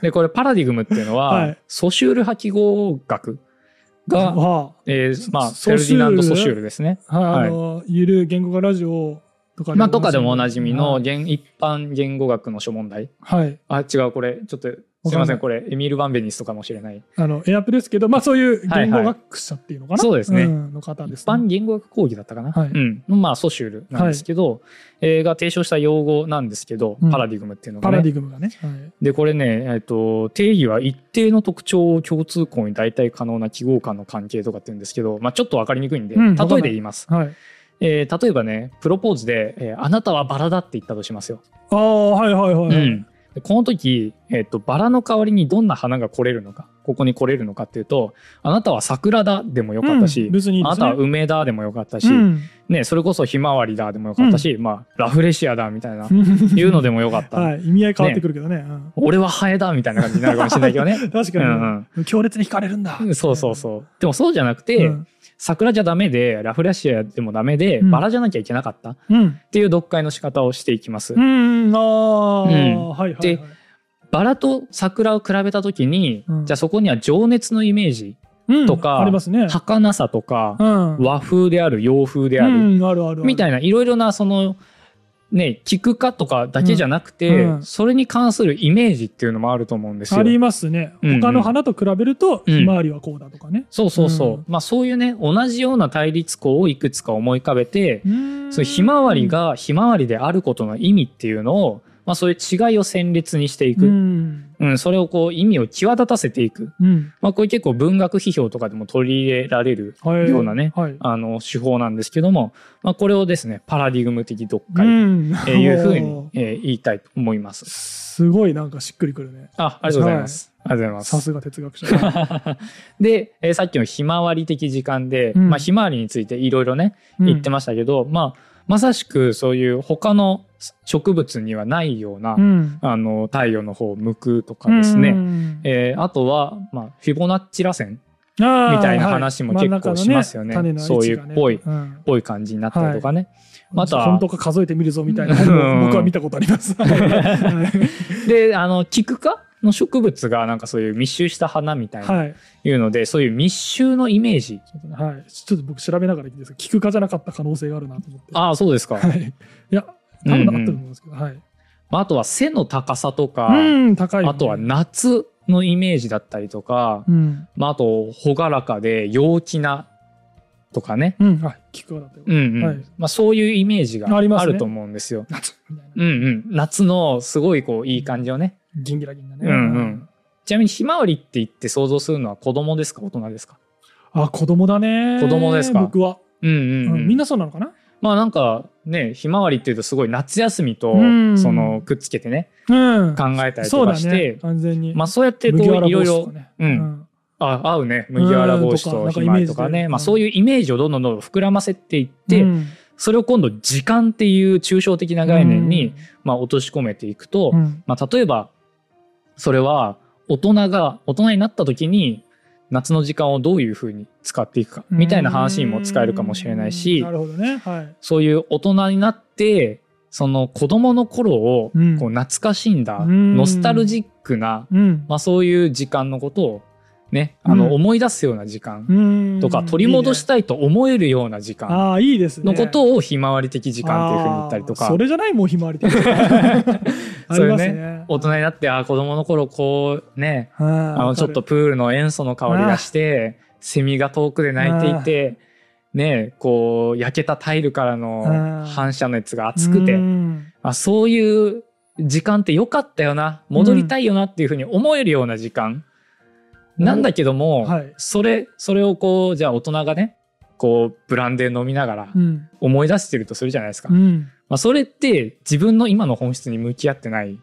Speaker 1: でこれパラディグムっていうのは、
Speaker 2: はい
Speaker 1: ソシュール破記号学 が、
Speaker 2: は
Speaker 1: えーまあ、フ
Speaker 2: ソ
Speaker 1: ェルデ
Speaker 2: ソシ
Speaker 1: ィ
Speaker 2: ュー
Speaker 1: ナ
Speaker 2: ル
Speaker 1: ンド・ソシュールですね。
Speaker 2: あはい
Speaker 1: はい
Speaker 2: あの、ゆる言語化ラジオとかでおなじみ。
Speaker 1: まあ、とかでもおなじみの
Speaker 2: はい
Speaker 1: 言、一般言語学の諸問題。
Speaker 2: はい。
Speaker 1: あ、違う、これ、ちょっと、す
Speaker 2: わ
Speaker 1: み
Speaker 2: かん
Speaker 1: ませ
Speaker 2: ない
Speaker 1: ん、これ、エミール・バンベニスとかもしれない。
Speaker 2: あの、エアプレスけど、まあそういう言語
Speaker 1: はいは
Speaker 2: 学者っていうのかな。
Speaker 1: そうですね
Speaker 2: んの方で
Speaker 1: 一
Speaker 2: すね。
Speaker 1: 般言語学講義だったかな。
Speaker 2: はい
Speaker 1: うん。まあ、ソシュールなんですけど、えーが提唱した用語なんですけど、
Speaker 2: うん
Speaker 1: パラディグムっていうの
Speaker 2: パ
Speaker 1: が、ね
Speaker 2: ラディグムがね。はい
Speaker 1: で、これね、えっ、と、定義は一定の特徴を共通項に代替可能な記号間の関係とかって言うんですけど、まあ、ちょっとわかりにくいんで、
Speaker 2: うん
Speaker 1: 例
Speaker 2: わかんない
Speaker 1: えで言います。
Speaker 2: はい。
Speaker 1: えー例えばね、プロポーズで、えーあなたはバラだって言ったとしますよ。
Speaker 2: ああ、はいはいはい。
Speaker 1: うん、でこの時、えっとバラの代わりにどんな花が来れるのかここに来れるのかっていうとあなたは桜だでもよかったし、
Speaker 2: うん別にいい
Speaker 1: あ
Speaker 2: で
Speaker 1: なたは
Speaker 2: すね
Speaker 1: 梅だでもよかったし、
Speaker 2: うん
Speaker 1: ね、それこそひまわりだでもよかったし、まあ、ラフレシアだみたいないうのでもよかった、
Speaker 2: はい、意味合い変わってくるけどね。うん
Speaker 1: 俺はハエだみたいな感じになるかもしれないけどね
Speaker 2: 確かに、
Speaker 1: うん
Speaker 2: 強烈に惹かれるんだ。
Speaker 1: うんそうそうそうでもそうじゃなくて、
Speaker 2: うん
Speaker 1: 桜じゃダメでラフレシアでもダメで、
Speaker 2: うん
Speaker 1: バラじゃなきゃいけなかったっ
Speaker 2: うん。
Speaker 1: ていう読解の仕方をしていきます、
Speaker 2: うん、ああ、
Speaker 1: うん
Speaker 2: はいはい、はい。
Speaker 1: でバラと桜を比べた時に、
Speaker 2: うん
Speaker 1: じゃあそこには情熱のイメージ、
Speaker 2: うん
Speaker 1: とか
Speaker 2: ありますね。
Speaker 1: 儚さとか
Speaker 2: うん。
Speaker 1: 和風である洋風であ
Speaker 2: う
Speaker 1: る
Speaker 2: ん、あるあるある。
Speaker 1: みたいないろいろなそのね聞くかとかだけじゃなくて
Speaker 2: うんうん
Speaker 1: それに関するイメージっていうのもあると思うんです
Speaker 2: あ
Speaker 1: よ。
Speaker 2: りますね。
Speaker 1: うんうん
Speaker 2: 他の花と比べると、
Speaker 1: うん
Speaker 2: ひまわりはこうだとかね。
Speaker 1: そうそうそう、
Speaker 2: うん
Speaker 1: まあそういうね同じような対立項をいくつか思い浮かべて、
Speaker 2: うん
Speaker 1: そうひまわり、がひまわりであることの意味っていうのを、まあ、そういう違いを鮮烈にしていく、
Speaker 2: うん
Speaker 1: うん、それをこう意味を際立たせていく、
Speaker 2: うん
Speaker 1: まあ、これ結構文学批評とかでも取り入れられる
Speaker 2: はい、
Speaker 1: ようなね
Speaker 2: はい
Speaker 1: あの手法なんですけども、まあ、これをですねパラディグム的読解
Speaker 2: ん
Speaker 1: というふうに
Speaker 2: お、ー
Speaker 1: えー言いたいと思います。
Speaker 2: すごいなんかしっくりくるね
Speaker 1: あありがとうございます。ありがとうござい
Speaker 2: さ
Speaker 1: ます。
Speaker 2: すが哲学者
Speaker 1: で、えーさっきのひまわり的時間で、
Speaker 2: うん
Speaker 1: まあ、ひまわりについていろいろね言ってましたけど、まあ、まさしくそういう他の植物にはないような、
Speaker 2: うん
Speaker 1: あの太陽の方を向くとかですね、
Speaker 2: うん
Speaker 1: えーあとは、まあ、フィボナッチ螺旋っ
Speaker 2: あー
Speaker 1: みたいな話も結構
Speaker 2: はい真ん中の
Speaker 1: しますよね
Speaker 2: 種の位置が
Speaker 1: そういうっぽい
Speaker 2: うん
Speaker 1: ぽい感じになったりとかね、また
Speaker 2: 本当か数えてみるぞみたいな
Speaker 1: うん
Speaker 2: 本も僕は見たことあ ります。は。
Speaker 1: であのキク科の植物がなんかそういう密集した花みたいないいうので、そういう密集のイメージ
Speaker 2: はい。ちょっと僕調べながら聞いてですけど聞くかじゃなかった可能性があるなと思って。
Speaker 1: ああそうですか、
Speaker 2: はい。いや、多分合ってると思うんですけど、はい。
Speaker 1: まあ、あとは背の高さとか、
Speaker 2: うん、高い、
Speaker 1: あとは夏のイメージだったりとか、
Speaker 2: うん。
Speaker 1: まあ、あと朗らかで陽気なとかね、
Speaker 2: うん。あ、聞くかだって。
Speaker 1: うんうん
Speaker 2: はい
Speaker 1: まあ、そういうイメージが
Speaker 2: あります
Speaker 1: あ
Speaker 2: ね
Speaker 1: ると思うんですよ。
Speaker 2: 夏みたいな。
Speaker 1: うんうん、夏のすごいこういい感じをね
Speaker 2: ギンギラギンだね。
Speaker 1: うんうん。ちなみにひまわりって言って想像するのは子供ですか大人ですか
Speaker 2: あ、子供だね。
Speaker 1: 子供ですか
Speaker 2: 僕は。
Speaker 1: うん
Speaker 2: う
Speaker 1: うんん、
Speaker 2: みん
Speaker 1: な
Speaker 2: なそうなのかな
Speaker 1: まあなんかねひまわりっていうとすごい夏休みと
Speaker 2: うん
Speaker 1: そのくっつけてね
Speaker 2: うん。
Speaker 1: 考えたり
Speaker 2: そ
Speaker 1: と
Speaker 2: う
Speaker 1: か
Speaker 2: だ
Speaker 1: して、
Speaker 2: ね。完全に。
Speaker 1: まあそうやってこう
Speaker 2: 麦
Speaker 1: い
Speaker 2: わら
Speaker 1: ろい
Speaker 2: 帽子と
Speaker 1: ろ
Speaker 2: かね
Speaker 1: うんあ合うね麦わら帽子
Speaker 2: うん
Speaker 1: と
Speaker 2: とか
Speaker 1: ひまわりと
Speaker 2: な
Speaker 1: か
Speaker 2: んかイメー
Speaker 1: ね
Speaker 2: ジで
Speaker 1: まあそういうイメージをどんどんどんどん膨らませていって、
Speaker 2: うん
Speaker 1: それを今度時間っていう抽象的な概念に、まあ落とし込めていくと、
Speaker 2: うんうん
Speaker 1: まあ、例えばそれは大人が大人になった時に夏の時間をどういうふうに使っていくかみたいな話にも使えるかもしれないし
Speaker 2: なるほどね。はい。
Speaker 1: そういう大人になってその子供の頃を
Speaker 2: うん
Speaker 1: こう懐かしんだ
Speaker 2: うん
Speaker 1: ノスタルジックな、
Speaker 2: うん。
Speaker 1: まあ、そういう時間のことをねあの
Speaker 2: うん
Speaker 1: 思い出すような時間
Speaker 2: うん
Speaker 1: とか取り戻したいと思えるような時
Speaker 2: いいね
Speaker 1: 間
Speaker 2: ああ、いいです
Speaker 1: の
Speaker 2: ね。
Speaker 1: ことをひまわり的時間っていうふうに言ったりと
Speaker 2: あー
Speaker 1: か
Speaker 2: それじゃない、もうひまわりって。 ありますね。
Speaker 1: 大人になってあー子供の頃こうね
Speaker 2: あ
Speaker 1: あのちょっとプールの塩素の香りがしてセミが遠くで鳴いていてねこう焼けたタイルから
Speaker 2: あ
Speaker 1: の
Speaker 2: ー
Speaker 1: 反射熱が熱くて
Speaker 2: うん
Speaker 1: あそういう時間って良かったよな戻りたいよなっていうふうに思えるような時間なんだけども、
Speaker 2: はい
Speaker 1: それそれをこうじゃあ大人がねこうブランデー飲みながら
Speaker 2: うん
Speaker 1: 思い出してるとするじゃないですか、
Speaker 2: う
Speaker 1: ま
Speaker 2: ん
Speaker 1: あ、それって自分の今の本質に向き合ってない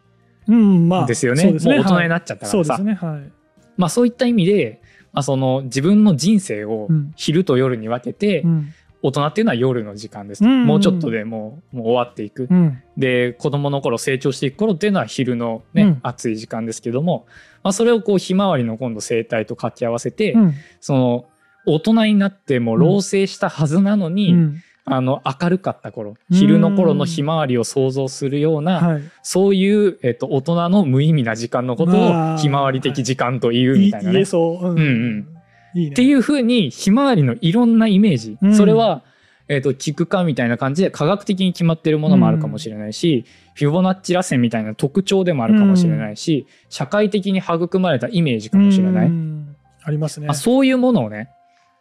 Speaker 2: うんまあ
Speaker 1: んですよね,、
Speaker 2: そうですね
Speaker 1: もう大人に
Speaker 2: っ
Speaker 1: なっちゃったたか
Speaker 2: そ
Speaker 1: ら
Speaker 2: うで
Speaker 1: さ
Speaker 2: す、ねはい
Speaker 1: まあ、そういった意味で、まあ、その自分の人生を
Speaker 2: うん
Speaker 1: 昼と夜に分けて、
Speaker 2: うん
Speaker 1: 大人っていうのは夜の時間です、
Speaker 2: うんうんうん
Speaker 1: もうちょっとでもうもう終わっていく、
Speaker 2: うん
Speaker 1: で子供の頃成長していく頃っていうのは昼の、ね
Speaker 2: うん
Speaker 1: 暑い時間ですけども、まあ、それをこうひまわりの今度生態と掛け合わせて、
Speaker 2: うん
Speaker 1: その大人になってもう老成したはずなのに、
Speaker 2: うん
Speaker 1: あの明るかった頃
Speaker 2: うん
Speaker 1: 昼の頃のひまわりを想像するような、
Speaker 2: はい
Speaker 1: そういう、えっと、大人の無意味な時間のこと
Speaker 2: ま
Speaker 1: を
Speaker 2: あ
Speaker 1: ひまわり的時間という
Speaker 2: い
Speaker 1: みたいな
Speaker 2: 言
Speaker 1: ね
Speaker 2: え。そうう
Speaker 1: うんう
Speaker 2: ん
Speaker 1: ん
Speaker 2: いいね
Speaker 1: っていうふうにひまわりのいろんなイメージ、
Speaker 2: うん
Speaker 1: それは、えー、と聞くかみたいな感じで科学的に決まってるものもあるかもしれないし、フィボナッチ螺旋みたいな特徴でもあるかもしれないし、社会的に育まれたイメージかもしれない、
Speaker 2: うんありますね
Speaker 1: まあ、そういうものをね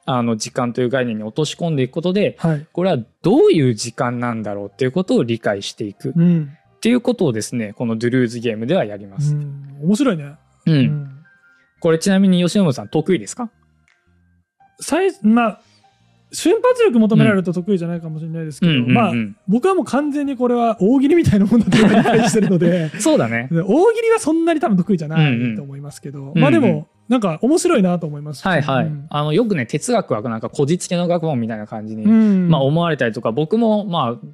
Speaker 1: あの時間という概念に落とし込んでいくことで
Speaker 2: はい
Speaker 1: これはどういう時間なんだろうっていうことを理解していくっ
Speaker 2: うん
Speaker 1: ていうことをですねこのドゥルーズゲームではやりま
Speaker 2: う
Speaker 1: す。
Speaker 2: ん面白いね
Speaker 1: うん
Speaker 2: うん
Speaker 1: これちなみに吉野さん得意ですか
Speaker 2: 最まあ瞬発力求められると得意じゃないかもしれないですけどまあ僕はもう完全にこれは大喜利みたいなものだと理解してるので
Speaker 1: そうだね。
Speaker 2: で大喜利はそんなに多分得意じゃな
Speaker 1: うんう
Speaker 2: い
Speaker 1: ん
Speaker 2: と思いますけど、
Speaker 1: うん
Speaker 2: まあでもなんか面白いなと思います
Speaker 1: はいはい、
Speaker 2: うん
Speaker 1: あのよくね哲学はなんかこじつけの学問みたいな感じに、
Speaker 2: うん
Speaker 1: まあ、思われたりとか僕もまあ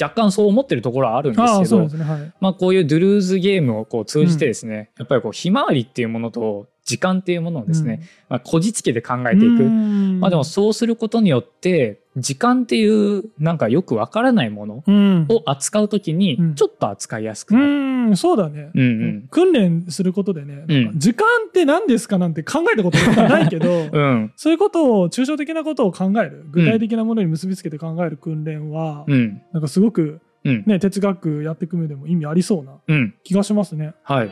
Speaker 1: 若干そう思ってるところはあるんです
Speaker 2: ああ
Speaker 1: け
Speaker 2: そうな
Speaker 1: ど
Speaker 2: んですねはい
Speaker 1: まあ、こういうドゥルーズゲームをこう通じてですね、やっぱりこうひまわりっていうものと時間っていうものをですね、まあ、こじつけて考えていく、
Speaker 2: うん
Speaker 1: まあ、でもそうすることによって時間っていうなんかよくわからないもの
Speaker 2: うん
Speaker 1: を扱う時
Speaker 2: う
Speaker 1: に
Speaker 2: ん
Speaker 1: ちょっと扱いやすく
Speaker 2: う
Speaker 1: なる。
Speaker 2: んそうだね、
Speaker 1: うんうん
Speaker 2: 訓練することでね、なんか
Speaker 1: うん
Speaker 2: 時間って何ですかなんて考えたことはないけど、
Speaker 1: うん
Speaker 2: そういうことを抽象的なことを考える具体的なものに結びつけて考える訓練は、
Speaker 1: うん
Speaker 2: なんかすごく、
Speaker 1: うん
Speaker 2: ね、哲学やっていく上でも意味ありそうな
Speaker 1: うん
Speaker 2: 気がしますね。
Speaker 1: はい。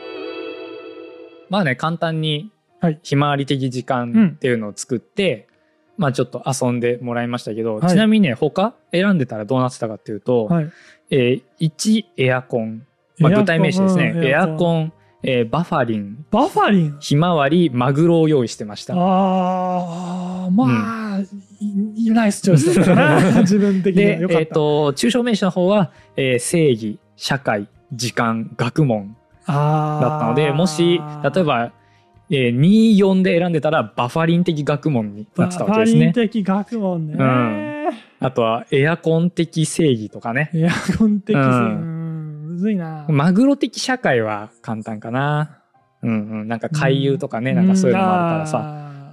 Speaker 1: まあね、簡単に
Speaker 2: はい、
Speaker 1: ひまわり的時間っていうのを作って、まあちょっと遊んでもらいましたけど、
Speaker 2: はい
Speaker 1: ちなみにね、他選んでたらどうなってたかっていうと、
Speaker 2: はい、
Speaker 1: えー1、エアコン。まあ、
Speaker 2: エアコン
Speaker 1: 具体名詞ですね。
Speaker 2: うん
Speaker 1: エ
Speaker 2: エ
Speaker 1: ア
Speaker 2: ア
Speaker 1: コン、えーバファリン
Speaker 2: バファリン
Speaker 1: ひまわりマグロを用意してました
Speaker 2: ああまあ、いいナイスチョ イスだったな 自分的には
Speaker 1: で
Speaker 2: よ、か
Speaker 1: え
Speaker 2: っ、
Speaker 1: ったと抽象名詞の方は、えー正義社会時間学問
Speaker 2: あー
Speaker 1: だったのでもし例えば、えー、24で選んでたらバファリン的学問になってたわけです
Speaker 2: バファリン
Speaker 1: ね
Speaker 2: 的学問ね、
Speaker 1: うんあとはエアコン的正義とかね
Speaker 2: エアコン的性、う
Speaker 1: うん
Speaker 2: ん、むずいな、
Speaker 1: マグロ的社会は簡単かなうんうんなんか回遊とかね、なんかそういうのもあるからさ、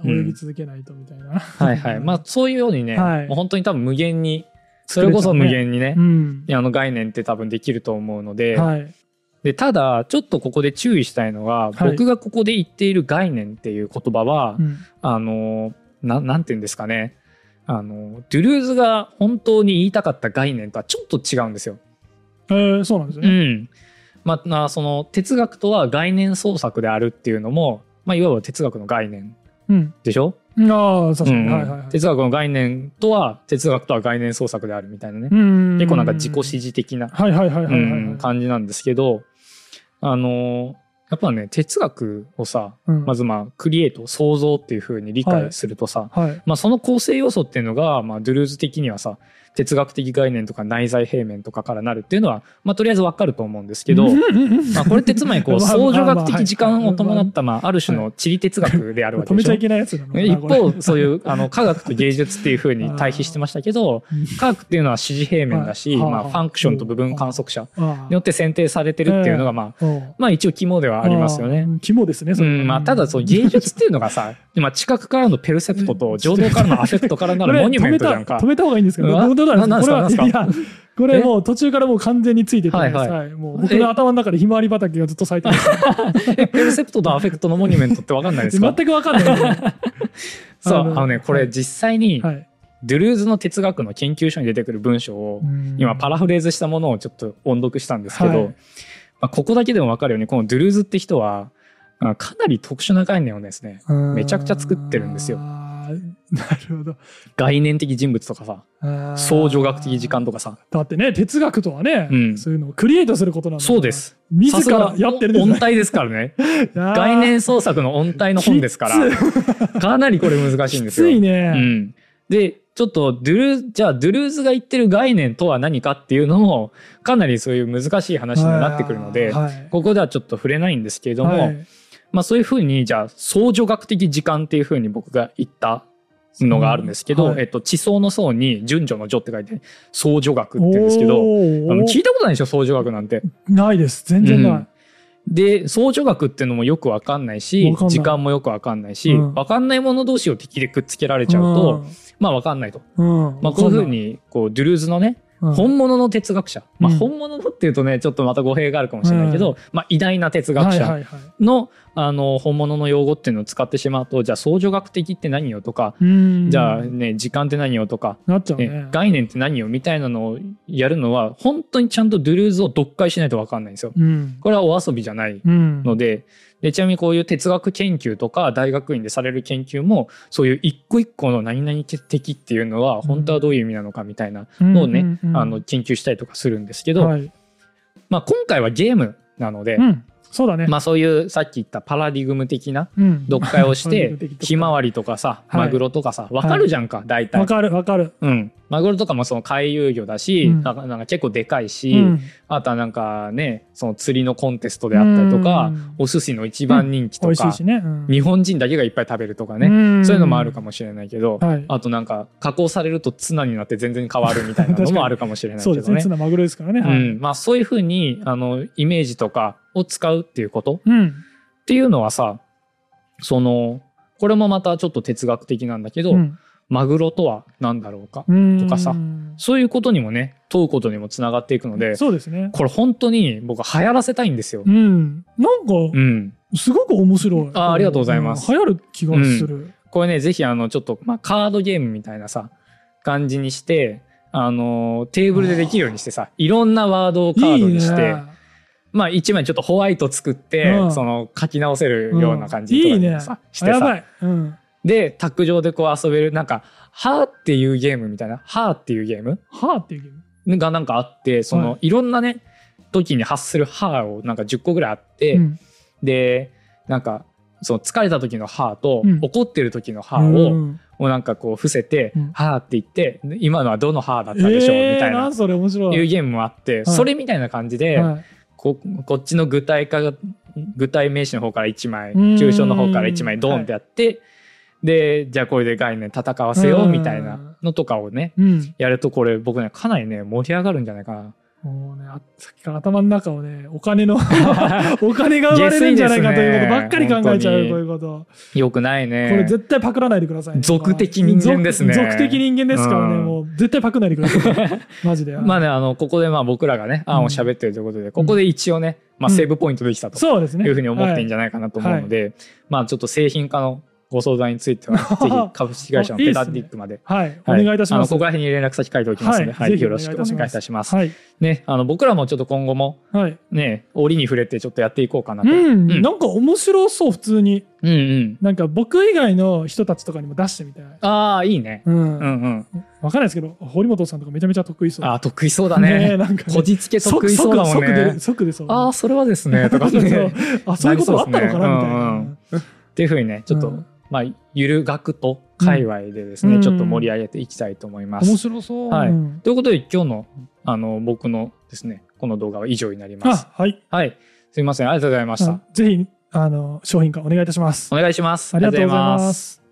Speaker 2: さ
Speaker 1: うん
Speaker 2: 泳ぎ続けないとみたいな、
Speaker 1: はいはいまあそういうようにね、
Speaker 2: はい
Speaker 1: もう本当に多分無限にそ
Speaker 2: れ
Speaker 1: れ
Speaker 2: ちゃう
Speaker 1: こ
Speaker 2: ね
Speaker 1: そ無限にね
Speaker 2: うん
Speaker 1: あの概念って多分できると思うので、
Speaker 2: はい
Speaker 1: でただちょっとここで注意したいのが、
Speaker 2: はい
Speaker 1: 僕がここで言っている概念っていう言葉は、
Speaker 2: うん
Speaker 1: あのななんて言うんですかねあのドゥルーズが本当に言いたかった概念とはちょっと違うんですよ。
Speaker 2: えー、そうなんです
Speaker 1: う
Speaker 2: ね、
Speaker 1: んまあ、なその哲学とは概念創作であるっていうのも、まあ、いわば哲学の概念
Speaker 2: うん
Speaker 1: でしょ、
Speaker 2: ああ確かに、
Speaker 1: うんうん
Speaker 2: はいはいはい
Speaker 1: 哲学の概念とは哲学とは概念創作であるみたいなね、
Speaker 2: うん
Speaker 1: 結構なんか自己指示的な
Speaker 2: はいはいはいはいはいはい、
Speaker 1: うん感じなんですけどあのやっぱね哲学をさ
Speaker 2: うん
Speaker 1: まずまあクリエイト創造っていう風に理解するとさ、
Speaker 2: はい
Speaker 1: まあ、その構成要素っていうのが、まあ、ドゥルーズ的にはさ哲学的概念とか内在平面とかからなるっていうのは、まあ、とりあえずわかると思うんですけど、
Speaker 2: うんうんうん
Speaker 1: まあ、これってつまりこう
Speaker 2: まあ
Speaker 1: 創
Speaker 2: ま
Speaker 1: 造
Speaker 2: あまあ
Speaker 1: 学的時間を伴った、まあ、ある種の地理哲学であるわけ
Speaker 2: 止
Speaker 1: で
Speaker 2: め
Speaker 1: し
Speaker 2: ちゃ
Speaker 1: ょ
Speaker 2: い。けないやつなのかな
Speaker 1: 一
Speaker 2: これ
Speaker 1: 方そういうあの科学と芸術っていうふうに対比してましたけど
Speaker 2: うん
Speaker 1: 科学っていうのは支持平面だし、
Speaker 2: はい
Speaker 1: ま
Speaker 2: は
Speaker 1: あ、
Speaker 2: あ
Speaker 1: ファンクションと部分観測者
Speaker 2: ああ
Speaker 1: によって選定されてるっていうのが、まあ、
Speaker 2: うん
Speaker 1: まあ一応肝ではありますよね。
Speaker 2: ああ肝ですね、
Speaker 1: う
Speaker 2: それは
Speaker 1: んまあ、ただそう芸術っていうのが さ今知覚からのペルセプトと情動からのアフェクトからな
Speaker 2: こ
Speaker 1: る
Speaker 2: れ
Speaker 1: モニュメントじゃ
Speaker 2: 止
Speaker 1: ん
Speaker 2: め
Speaker 1: か
Speaker 2: た止。めた方がいいんですけど、
Speaker 1: う
Speaker 2: ど
Speaker 1: わ
Speaker 2: うどうなんですか
Speaker 1: ななんす
Speaker 2: こ
Speaker 1: か
Speaker 2: れは、いや、これもう途中からもう完全についてて、
Speaker 1: はいはい
Speaker 2: はいもう僕の頭の中でひまわり畑がずっと咲いてます。
Speaker 1: えペルセプトとアフェクトのモニュメントって分かんないです
Speaker 2: 全
Speaker 1: か
Speaker 2: くわかんない。
Speaker 1: そうあ
Speaker 2: あの
Speaker 1: のねこれ実際に
Speaker 2: はい。
Speaker 1: ドゥルーズの哲学の研究所に出てくる文章を今パ
Speaker 2: ラ
Speaker 1: ラフレーズしたものをちょっと音読したんですけど、
Speaker 2: はい
Speaker 1: まあ、ここだけでも分かるようにこのドゥルーズって人はあかなり特殊な概念をですねめちゃくちゃ作ってるんですよ
Speaker 2: なるほど
Speaker 1: 概念的人物とかさ
Speaker 2: あー。
Speaker 1: 創造学的時間とかさ
Speaker 2: だってね、哲学とはね、
Speaker 1: うん
Speaker 2: そういうのをクリエイトすることなんだから
Speaker 1: そうで。すさ
Speaker 2: 自
Speaker 1: すが
Speaker 2: らやってるんです
Speaker 1: 音
Speaker 2: ね
Speaker 1: 体ですから ね
Speaker 2: いやー
Speaker 1: 概念創作の音体の本ですから
Speaker 2: き
Speaker 1: かなりこれ難しいん
Speaker 2: つ
Speaker 1: ですよ。
Speaker 2: きついうね。
Speaker 1: ん、でちょっとドゥルーじゃあドゥルーズが言ってる概念とは何かっていうのもかなりそういう難しい話になってくるので、
Speaker 2: はい
Speaker 1: ここではちょっと触れないんですけれども、
Speaker 2: はい
Speaker 1: まあ、そういうふうにじゃあ相乗学的時間っていうふうに僕が言ったのがあるんですけど、
Speaker 2: うんはい
Speaker 1: えっと、地層の層に順序の序って書いて相乗学って言うんですけど
Speaker 2: お
Speaker 1: あ
Speaker 2: ー
Speaker 1: の聞いたことないでしょ相乗学なんて。
Speaker 2: ないです全然ない、
Speaker 1: うんで相乗学っていうのもよくわかんないし
Speaker 2: わかんない
Speaker 1: 時間もよくわかんないし、
Speaker 2: う
Speaker 1: わ
Speaker 2: ん
Speaker 1: かんないもの同士を敵でくっつけられちゃうと、まあわかんないと。
Speaker 2: うん、うん
Speaker 1: まあ、こういうふう、にこうドゥルーズのね、
Speaker 2: わかんない
Speaker 1: 本物の哲学者、まあ、
Speaker 2: うん
Speaker 1: 本物のっていうとねちょっとまた語弊があるかもしれないけど、まあ、偉大な哲学
Speaker 2: うん
Speaker 1: 者
Speaker 2: はいはいはい
Speaker 1: の,、あの本物の用語っていうのを使ってしまうとじゃあ相乗学的って何よとか、
Speaker 2: うん
Speaker 1: じゃあね時間って何よとか、
Speaker 2: なっちゃう
Speaker 1: ね
Speaker 2: ね
Speaker 1: 概念って何よみたいなのをやるのは本当にちゃんとドゥルーズを読解しないと分かんないんですよ。
Speaker 2: うん
Speaker 1: これはお遊びじゃない
Speaker 2: うん
Speaker 1: のででちなみにこういう哲学研究とか大学院でされる研究もそういう一個一個の何々的っていうのは本当はどういう意味なのかみたいなのをね、
Speaker 2: うんうんうん
Speaker 1: あの研究したりとかするんですけど、
Speaker 2: はい
Speaker 1: まあ、今回はゲームなので、
Speaker 2: うん、そうだね、
Speaker 1: まあ、そういうさっき言ったパラディグム的な
Speaker 2: うん、
Speaker 1: 読解をし
Speaker 2: パラディグ
Speaker 1: て
Speaker 2: ム的とか
Speaker 1: ひまわりとかさ
Speaker 2: はい
Speaker 1: マグロとかさ分かるじゃんか、大体
Speaker 2: わ。かるわかる、
Speaker 1: うん、マグロとかもその回遊魚だし、
Speaker 2: うん
Speaker 1: なんかなんか結構でかいし、
Speaker 2: うん
Speaker 1: あとはなんかねその釣りのコンテストであったりとか、
Speaker 2: うん
Speaker 1: お寿司の一番人気
Speaker 2: 美
Speaker 1: と
Speaker 2: 味し
Speaker 1: か、
Speaker 2: いしね、うん
Speaker 1: 日本人だけがいっぱい食べるとかね、
Speaker 2: ん
Speaker 1: そういうのもあるかもしれないけど、
Speaker 2: はい
Speaker 1: あとなんか加工されるとツナになって全然変わるみたいなの
Speaker 2: 確かに
Speaker 1: もあるかもしれない
Speaker 2: そう
Speaker 1: け
Speaker 2: です
Speaker 1: ど
Speaker 2: ね
Speaker 1: ね
Speaker 2: ツ。ナマグロですからね、
Speaker 1: う
Speaker 2: はい
Speaker 1: んまあ、そういうふうにあのイメージとかを使うっていうこと
Speaker 2: うん
Speaker 1: っていうのはさそのこれもまたちょっと哲学的なんだけど、
Speaker 2: うん
Speaker 1: マグロとは何だろうか、
Speaker 2: うん
Speaker 1: とかさそういうことにもね問うことにもつながっていくので
Speaker 2: そうですね
Speaker 1: これ本当に僕流行らせたいんですよ。
Speaker 2: うんなんか
Speaker 1: うん、
Speaker 2: すごく面白い、
Speaker 1: あありがとうございます
Speaker 2: ん流行る気がする、
Speaker 1: これねぜひあのちょっと、まあ、カードゲームみたいなさ感じにしてあのテーブルでできるようにしてさいろんなワードをカードにして
Speaker 2: いいね
Speaker 1: まあ一枚ちょっとホワイト作って、
Speaker 2: うん
Speaker 1: その書き直せるような感じ
Speaker 2: うん
Speaker 1: と
Speaker 2: い
Speaker 1: か
Speaker 2: い
Speaker 1: に
Speaker 2: ね
Speaker 1: もさ、して
Speaker 2: あやば
Speaker 1: さ
Speaker 2: い、うん、
Speaker 1: で卓上でこう遊べるなんか「はー」っていうゲームみたいな「はー」っていうゲーム
Speaker 2: はあっていうゲーム
Speaker 1: がなんかあってその、、
Speaker 2: はい
Speaker 1: ろんなね時に発する「はー」をなんか10個ぐらいあって、
Speaker 2: うん
Speaker 1: でなんかそう疲れた時の「はあ」と、
Speaker 2: うん
Speaker 1: 怒ってる時の「はあ」を、
Speaker 2: うん
Speaker 1: もうなんかこう伏せて
Speaker 2: うん
Speaker 1: 「はあ」って言って「今のはどの「はあ」だ
Speaker 2: え
Speaker 1: ったでしょう、みた
Speaker 2: ー、
Speaker 1: い
Speaker 2: な
Speaker 1: なん
Speaker 2: それ面白い。
Speaker 1: いうゲームもあって、
Speaker 2: い
Speaker 1: それみたいな感じで、
Speaker 2: はい
Speaker 1: ここっちの具体化が具体名詞の方から1枚
Speaker 2: うーん
Speaker 1: 抽象の方から1枚ドンってやって、でじゃあこれで概念戦わせよ
Speaker 2: う
Speaker 1: うんみたいなのとかをね
Speaker 2: うん、
Speaker 1: やるとこれ僕ねかなりね盛り上がるんじゃないかな。
Speaker 2: もうねあさっきから頭の中をねお金 のお金が生まれるんじゃないかということばっかり考えち
Speaker 1: 下
Speaker 2: ゃう
Speaker 1: 水ですね
Speaker 2: こういうこと、
Speaker 1: よくないね。
Speaker 2: これ絶対パクらないでくださいね
Speaker 1: 俗的人間ですね
Speaker 2: 俗俗的人間ですからね、
Speaker 1: うん
Speaker 2: もう絶対パクらないでくださいマジで
Speaker 1: まあねあのここでまあ僕らがね案を喋ってるということで、ここで一応ね、まあ、
Speaker 2: うん
Speaker 1: セーブポイントできたと
Speaker 2: そうですね
Speaker 1: いうふうに思っていいん
Speaker 2: じ
Speaker 1: じゃないかなと思うので、まあちょっと製品化のご相談についてはぜひ株式会社のペダンティックまで。
Speaker 2: はい、はい
Speaker 1: は
Speaker 2: お願いいたし
Speaker 1: あ
Speaker 2: ま
Speaker 1: の
Speaker 2: す
Speaker 1: ここら辺に連絡先書いておきますので、
Speaker 2: は
Speaker 1: はいい
Speaker 2: ぜひ
Speaker 1: よろしくお願いい
Speaker 2: お願いいた
Speaker 1: たします。
Speaker 2: はい、
Speaker 1: ね、あの僕らもちょっと今後も
Speaker 2: はい、
Speaker 1: ね折に触れてちょっとやっていこうかなと、
Speaker 2: うん、
Speaker 1: うん
Speaker 2: なんか面白そう普通に
Speaker 1: うんうん
Speaker 2: なんか僕以外の人たちとかにも出してみたい
Speaker 1: ああいいね、
Speaker 2: うん、
Speaker 1: うんうん
Speaker 2: わかんないですけど堀本さんとかめちゃめちゃ得意そう
Speaker 1: あー得意そうだ
Speaker 2: ねえ
Speaker 1: ね
Speaker 2: なんかね
Speaker 1: こじつけ得意そうだもん
Speaker 2: 即
Speaker 1: ね
Speaker 2: 即即出即出そう
Speaker 1: ああそれはですねとか
Speaker 2: そうそ
Speaker 1: ね
Speaker 2: うあそういうことあったのかなみたい
Speaker 1: うんうんっていうふうにねちょっと、
Speaker 2: うん
Speaker 1: まあゆる学と界隈でですね、
Speaker 2: うん
Speaker 1: ちょっと盛り上げていきたいと思いま
Speaker 2: な
Speaker 1: す、
Speaker 2: 面白そう、
Speaker 1: はい
Speaker 2: うん
Speaker 1: ということで今日のあの僕のですねこの動画は以上になります
Speaker 2: あはい
Speaker 1: はいすいませんありがとうございました、
Speaker 2: あぜひあの商品化お願いいたします
Speaker 1: お願いします
Speaker 2: ありがとうござ
Speaker 1: あ
Speaker 2: い
Speaker 1: りがとうござい
Speaker 2: ま
Speaker 1: ます
Speaker 2: す